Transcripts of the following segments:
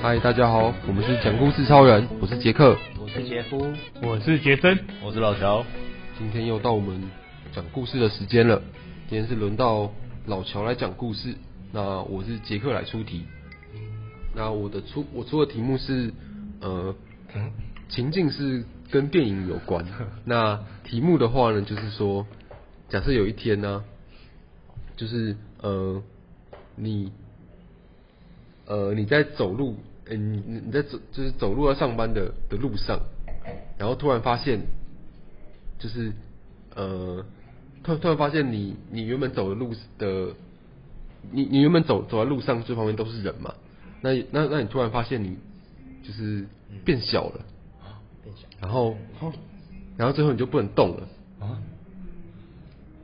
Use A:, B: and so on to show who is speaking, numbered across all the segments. A: 嗨，大家好，我们是讲故事超人，我是杰克，
B: 我是杰夫，
C: 我是杰森，
D: 我是老乔。
A: 今天又到我们讲故事的时间了，今天是轮到老乔来讲故事，那我是杰克来出题。那我的出我出的题目是呃，情境是跟电影有关。那题目的话呢，就是说，假设有一天呢、就是呃，你呃你在走路，呃你你你在走就是走路要上班的的路上，然后突然发现，就是呃，突突然发现你你原本走的路的，你你原本走走在路上，这旁边都是人嘛，那那那你突然发现你就是变小了，
B: 变小
A: 然后
D: 哦
A: 然后最后你就不能动了。
C: 啊，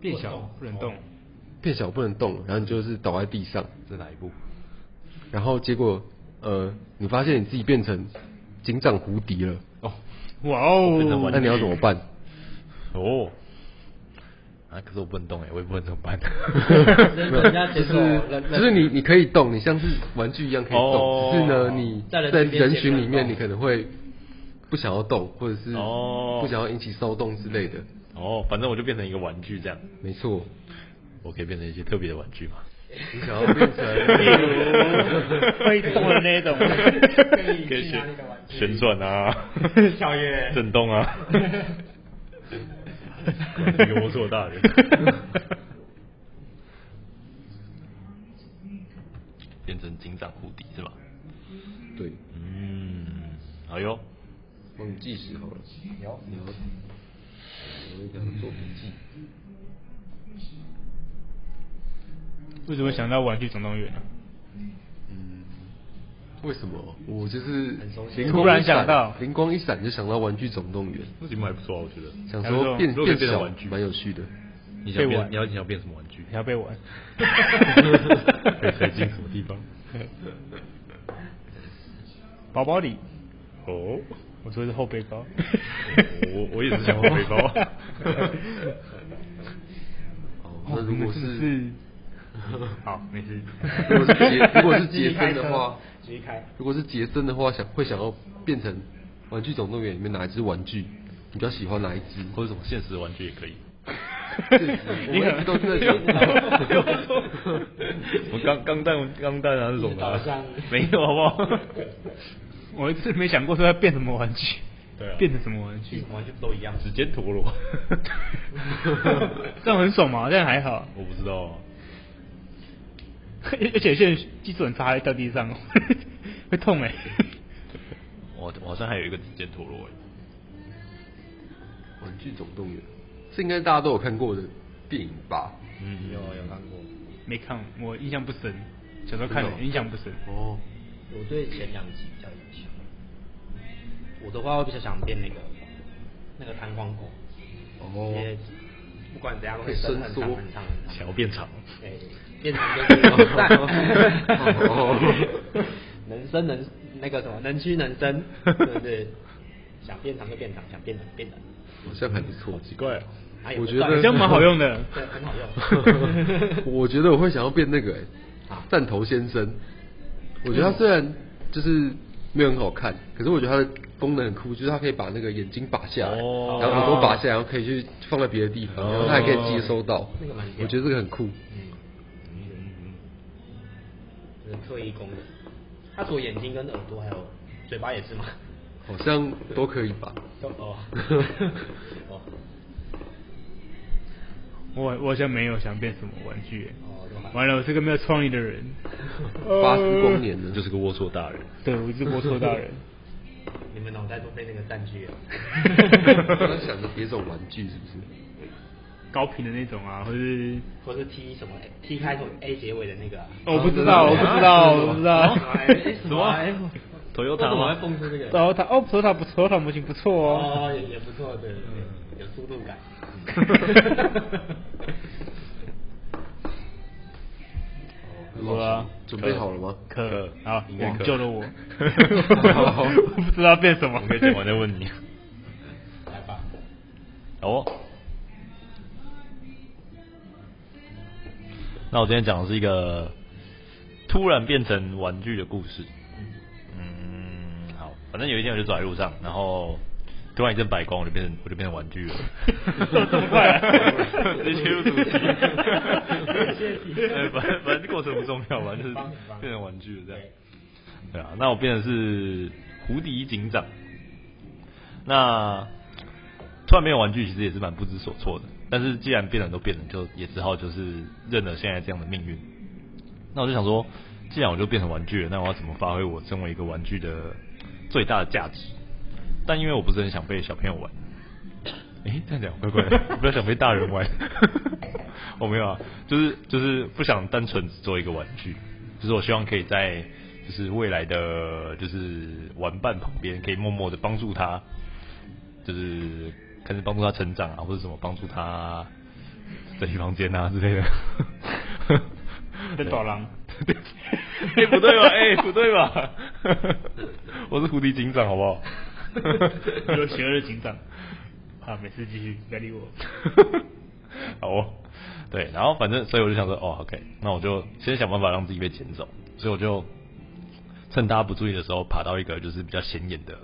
C: 变小不能动，
A: 变小不能动了，然后你就是倒在地上，
D: 这哪一部？
A: 然后结果呃，你发现你自己变成警长胡迪了，
D: 哦
C: 哇
D: 变成玩
C: 哦，
A: 那你要怎么办？
D: 哦，啊，可是我不能动哎、我也不能怎么 办？
B: 人
A: 没有
B: 人家接
A: 就
B: 受
A: 是
B: 人人
A: 就是你你可以动，你像是玩具一样可以动，
D: 哦
A: 只是呢你
B: 在人
A: 在
B: 群面
A: 人
B: 前
A: 群
B: 不
A: 里
B: 能
A: 面
B: 动
A: 你可能会不想要动，或者是
D: 哦
A: 不想要引起骚动之类的。
D: 哦，反正我就变成一个玩具这样，
A: 没错，
D: 我可以变成一些特别的玩具嘛？
A: 你想要变成
C: 会动的那种，
B: 可以
D: 可以
B: 去拿
D: 旋
B: 那个玩具，
D: 旋转啊，
B: 小月
D: 震动 啊，一个魔术大人。变成警长护底是吧？
A: 对，
D: 嗯，哎呦，
A: 帮你计时好了，
B: 有
A: 你要我一定要做笔记。
C: 为什么想到玩具总动员呢？
A: 嗯，为什么？我就是
B: 熟悉
A: 灵
C: 突
A: 光
C: 然
A: 一闪
C: 想到
A: 灵光一闪就想到《玩具总动员
D: 这节目还不错啊，我觉得。》，
A: 想
C: 还不
A: 说
C: 错
A: 变
D: 如果可以
A: 变
D: 变成
A: 小
D: 玩具
A: 蛮有趣的。
D: 你想
C: 被
D: 变
C: 玩
D: 你要你想变什么玩具？
C: 还要被玩，
D: 被推进什么地方？
C: 包包里，
D: 哦，
C: 我说的是后背包，
D: 我我也是想要背 包。
A: 哦，那
C: 哦
A: 如
C: 你
A: 果
C: 们是不哦是
A: 是，
C: 好，没 事，
A: 如果是杰如果是杰森的话，
B: 直接开，
A: 如果是杰森的话，想会想要变成《玩具总动员》里面哪一只玩具？你比较喜欢哪一只？
D: 或者什么现实玩具也可以。
A: 我们一直都是在讲
D: 我钢钢弹钢弹啊，这种的
B: 导向
D: 啊，没有好不好？
C: 我一直没想过说要变什么玩具，
D: 对啊
C: 变成什么玩具
B: 其 实，玩具都一样，
D: 指尖陀 螺，
C: 这样很爽嘛，这样还好，
D: 我不知道啊，
C: 而而且现在基础很差，还掉地上，哦 会痛哎、
D: 我我好像还有一个指尖陀螺欸，
A: 《玩具总动员》这应该大家都有看过的电影吧？
D: 嗯，
B: 有有看过。
C: 没看，我印象不深，小时候看
A: 真的
C: 的，
A: 哦
C: 印象不深。
A: 哦，
B: 我对前两集比较有印象。我的话，我比较想变那个那个弹簧狗，
A: 哦
B: 也不管怎样都
A: 可以
B: 伸
A: 伸
B: 很
A: 缩
B: 长很长很
D: 想
B: 长。
D: 要变长，
B: 对，变成就是赞
A: 哦
B: 哦，能伸能那个什么，能屈能伸，对不对？想变长就变长，想变短变短。
A: 好像还不错
D: 好。奇怪哦。
B: 啊也不
A: 我觉
B: 算
A: 得
C: 这样蛮好用的
B: 对，很好 用。
A: 我觉得我会想要变那个哎、
B: 啊
A: 弹头先生。我觉得他虽然就是没有很好看，可是我觉得它的功能很酷，就是它可以把那个眼睛拔下来，
D: 哦
A: 然后耳朵拔下来，然后可以去放在别的地方，
D: 哦
A: 然后它还可以接收到。
B: 那个蛮屌
A: 我觉得这个很酷。
B: 嗯，这是特异功能。它除了眼睛跟耳朵，还有嘴巴也是吗？
A: 好像都可以吧？
B: 哦哦
C: 我我好像没有想变什么玩具欸、
B: 哦，都还
C: 完了，我是个没有创意的人。
A: 八十光年
D: 那
A: 呢，
D: 就
A: 就是
D: 是个龌龊大人，
C: 对，我是龌龊大人。
B: 你们脑袋都被那个占据了。
A: 我 在想着别种玩具是不是？
C: 高频的那种啊，或是
B: 或是 T 什么 T 开头 A 结尾的那个、啊。哦
C: 哦我不知道，我不知道，我不知道。
B: 什么啊？
D: Toyota
B: 为什么
D: 吗
B: 会蹦出这个？
C: 然后他哦，头塔不头塔模型不错哦。
B: 哦，也也不错，对对对，有速度 感。
C: 如何啊？
A: 准备好了吗？
C: 可
D: 可
C: 好，
D: 应该可
C: 你救 了 我。 我不知道变什么
D: 哦我。可以讲完再问你。
B: 来吧，
D: 哦，那我今天讲的是一个突然变成玩具的故事。嗯，好，反正有一天我就走在路上，然后突然一阵白光，我就变成我就变成玩具了。
C: 这么快 啊
D: 直接切入主题。
B: 谢谢
D: 对，反正反正过程不重要嘛，就是
B: 很棒很棒
D: 变成玩具了这样。对啊，那我变成是胡迪警长。那突然没有玩具，其实也是蛮不知所措的。但是既然变人都变了，就也只好就是认了现在这样的命运。那我就想说，既然我就变成玩具了，那我要怎么发挥我身为一个玩具的最大的价值？但因为我不是很想被小朋友玩，诶，这样讲怪怪的，我比较想被大人玩。 我没有啊，就是就是不想单纯只做一个玩具，就是我希望可以在就是未来的就是玩伴旁边，可以默默的帮助他，就是可能帮助他成长啊，或者什么帮助他整理房间啊之类的。
C: 在走廊，
D: 对，哎、不对吧？哎、不对吧？ 我是蝴蝶警长，好不好？
C: 有邪恶的 警长。啊，没事，继续，不要理我。
D: 好哦，对，然后反正，所以我就想说，哦，OK，那我就先想办法让自己被捡走，所以我就趁大家不注意的时候，爬到一个就是比较显眼的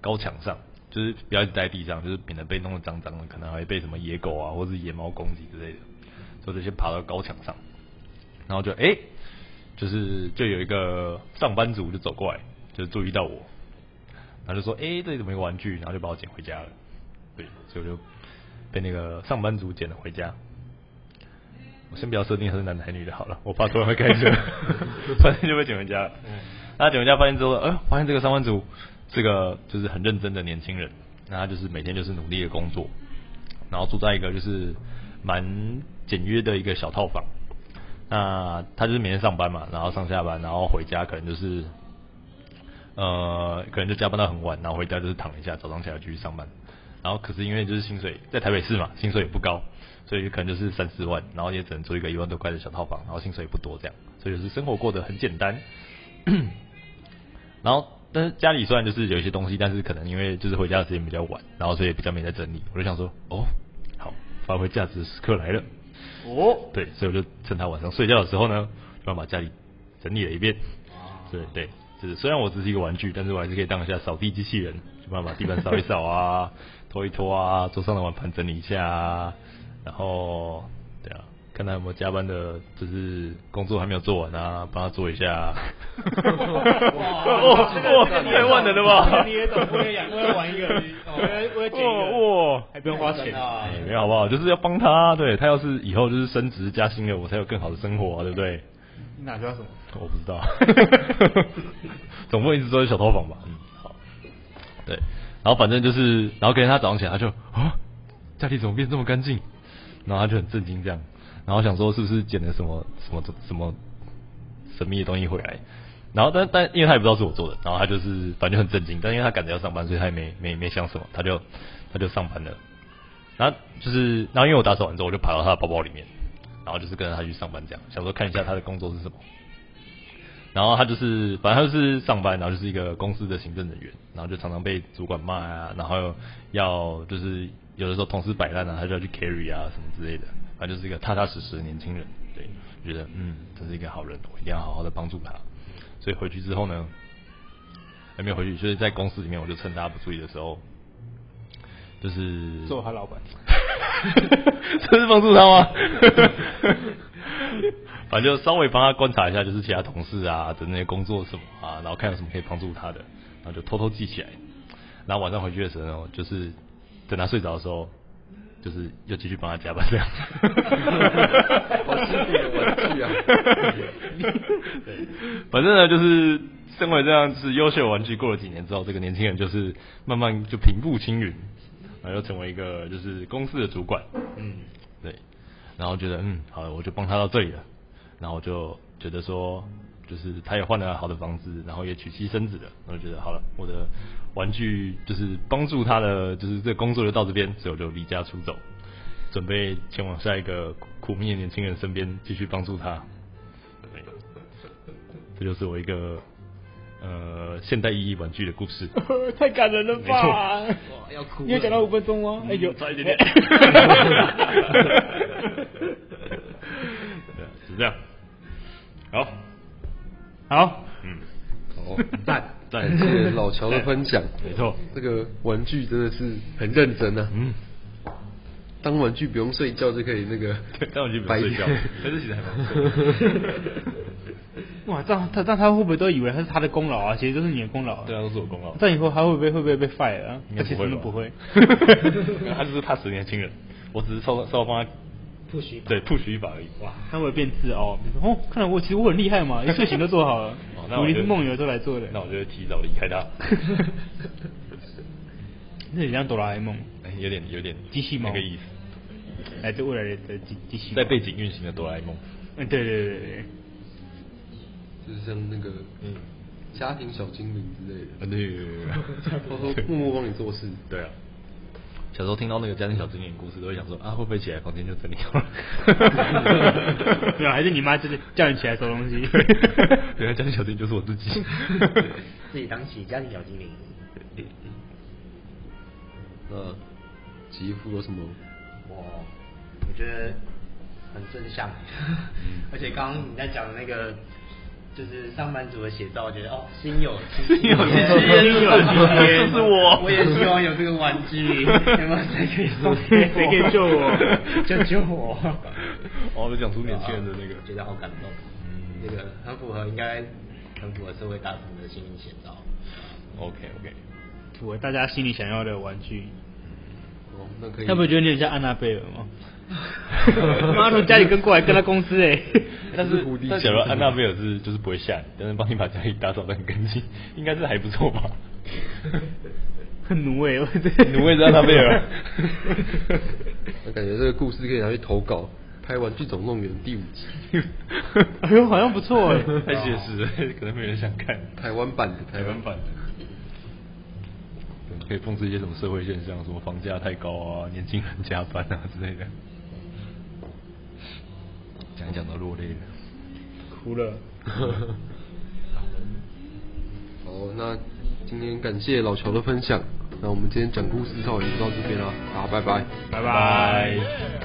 D: 高墙上，就是不要一直待在地上，就是免得被弄得脏脏的，可能还会被什么野狗啊或是野猫攻击之类的，所以我就先爬到高墙上，然后就哎、诶就是就有一个上班族就走过来，就注意到我，然后就说：“哎、这里怎么有个玩具？”然后就把我捡回家了。对，所以我就被那个上班族捡了回家。我先不要设定他是男的还是女的好了，我怕突然会开车，反正就被捡回家了。那捡回家发现之后，哎、呦，发现这个上班族是个就是很认真的年轻人，那他就是每天就是努力的工作，然后住在一个就是蛮简约的一个小套房。那他就是每天上班嘛，然后上下班，然后回家可能就是呃，可能就加班到很晚，然后回家就是躺一下，早上起来继续上班。然后可是因为就是薪水在台北市嘛，薪水也不高，所以可能就是三四万，然后也只能租一个一万多块的小套房，然后薪水也不多这样，所以就是生活过得很简单。 然后但是家里虽然就是有一些东西，但是可能因为就是回家的时间比较晚，然后所以比较没在整理。我就想说，哦，好，发挥价值的时刻来了。
C: 哦，
D: 对，所以我就趁他晚上睡觉的时候呢，就把家里整理了一遍。对对，就是虽然我只是一个玩具，但是我还是可以当一下扫地机器人，就帮他把地板扫一扫啊， 拖一拖啊，桌上的碗盘整理一下啊，然后对啊，看他有没有加班的，就是工作还没有做完啊，帮他做一下 啊。 哇哇，太万能了吧！
C: 你也懂，我也养，我 也玩一个而已，哦我也我也捡一个，
D: 哇哇！
C: 还不用花钱
B: 啊
D: 哎，没有好不好？就是要帮他，对他要是以后就是升职加薪了，我才有更好的生活、啊，对不对？
C: 你哪知道什么？
D: 我不知道， 总不能一直都在小套房吧？嗯，好，对，然后反正就是，然后隔天他早上起来，他就啊，家里怎么变这么干净？然后他就很震惊这样，然后想说是不是捡了什么什么什么神秘的东西回来？然后但但因为他也不知道是我做的，然后他就是反正就很震惊，但因为他赶着要上班，所以他也没没没想什么，他就他就上班了。然后就是，然后因为我打扫完之后，我就爬到他的包包里面，然后就是跟着他去上班，这样想说看一下他的工作是什么。然后他就是，反正他就是上班，然后就是一个公司的行政人员，然后就常常被主管骂啊，然后要就是有的时候同事摆烂啊，他就要去 carry 啊什么之类的，反正就是一个踏踏实实的年轻人，对，觉得嗯，这是一个好人，我一定要好好的帮助他。所以回去之后呢，还没有回去，就是在公司里面，我就趁大家不注意的时候，就是
C: 做他 老板，
D: 这是帮助他吗？ 反正就稍微帮他观察一下，就是其他同事啊的那些工作什么啊，然后看有什么可以帮助他的，然后就偷偷记起来。然后晚上回去的时候呢，就是等他睡着的时候，就是又继续帮他加班这样。
A: 好辛苦的玩具啊！
D: 对，反正呢，就是身为这样子优秀的玩具，过了几年之后，这个年轻人就是慢慢就平步青云，然后就成为一个就是公司的主管。嗯，对。然后觉得嗯，好了，我就帮他到这里了。然后我就觉得说，就是他也换了好的房子，然后也娶妻生子了。我就觉得好了，我的玩具就是帮助他的，就是这个工作就到这边，所以我就离家出走，准备前往下一个苦命的年轻人身边继续帮助他。对，这就是我一个呃现代意义玩具的故事。
C: 太感人了吧！
B: 哇，要哭了。
C: 你有讲到五分钟
D: 嗯
C: 吗？哎，有，
D: 差一点点。对啊就这样。好，
C: 好，
D: 嗯，
A: 好，
B: 赞，
A: 感
D: 赞
A: 谢老乔的分享。
D: 哎没错，
A: 这个玩具真的是很认真啊，
D: 嗯，
A: 当玩具不用睡觉就可以那个
D: 对，但我已经不
A: 白
D: 睡觉
A: 天，
D: 但 是其实还蛮不错的。
C: 哇，这样他他他会不会都以为他是他的功劳啊？其实都是你的功劳、
D: 对啊，，都是我功劳。
C: 但以后他会不会会不会被 fire 啊？
D: 应
C: 他
D: 该
C: 其实
D: 吧。
C: 都不会
D: 没有他就是怕死年轻人，我只是稍稍微帮他
B: 不许
D: 对 push 一把而已。
B: 哇，
C: 他会变自傲，比如说哦，看来我其实我很厉 害嘛，连睡醒都做好了
D: 哦，那
C: 努
D: 我
C: 力
D: 就是
C: 梦游都来做的。
D: 那我就会提早离开他。
C: 那很像哆啦 A 梦，
D: 哎有点有点
C: 机器猫
D: 那个意思，
C: 来自未来的机机器。
D: 在背景运行的哆啦 A 梦。
C: 嗯，对对对 对，
A: 就是像那个
D: 嗯，
A: 家庭小精灵之类的，
D: 对对对
A: 他说默默帮你做事，
D: 嗯呃对啊。小时候听到那个家庭小精灵的故事，都会想说啊，会不会起来房间就整理好了？
C: 对 没有，还是你妈就是叫你起来收东 西。
D: 原来家庭小精灵就是我自己。
B: 自己当起家庭小 精灵，嗯
A: 那吉夫有什么？
B: 我我觉得很正向，
D: 嗯
B: 而且刚刚你在讲的那个。就是上班族的写照，我觉得哦，心有戚戚焉，
D: 有戚戚
B: 心
D: 焉
B: 焉
D: 是我
B: 我也希望有这个玩 具，有没有谁可以送给我？
C: 谁可以救 我
B: 救救 我！
D: 哦，我讲出年轻人的那个
B: 啊，觉得好感动，
D: 嗯
B: 那个很符合，应该很符合社会大众的心理写照。
D: OK OK，
C: 符合大家心里想要的玩具。
A: 哦，那可以。
C: 他不会觉得你很像安娜贝尔 吗？妈从家里跟过来跟他公司哎、
D: 但
A: 这是
D: 是
A: 胡迪
D: 但
A: 奇
D: 假如安娜贝尔是就是不会吓你，但是帮你把家里打扫的很干净，应该是还不错吧？
C: 很奴哎、欸，我
D: 奴隶是安娜贝 尔，啊
A: 那感觉这个故事可以拿去投稿，拍《玩具总动员》第五集，
C: 哎呦，好像不错哎、
D: 太写实了，可能没人想看。
A: 台湾版的，
D: 台湾版的，可以讽刺一些什么社会现象，什么房价太高啊，年轻人加班啊之类的。讲一讲都落泪了。
C: 哭了。
A: 好，那今天感谢老乔的分享，那我们今天讲故事到也就到这边了，好，拜拜。
C: 拜拜。
D: 拜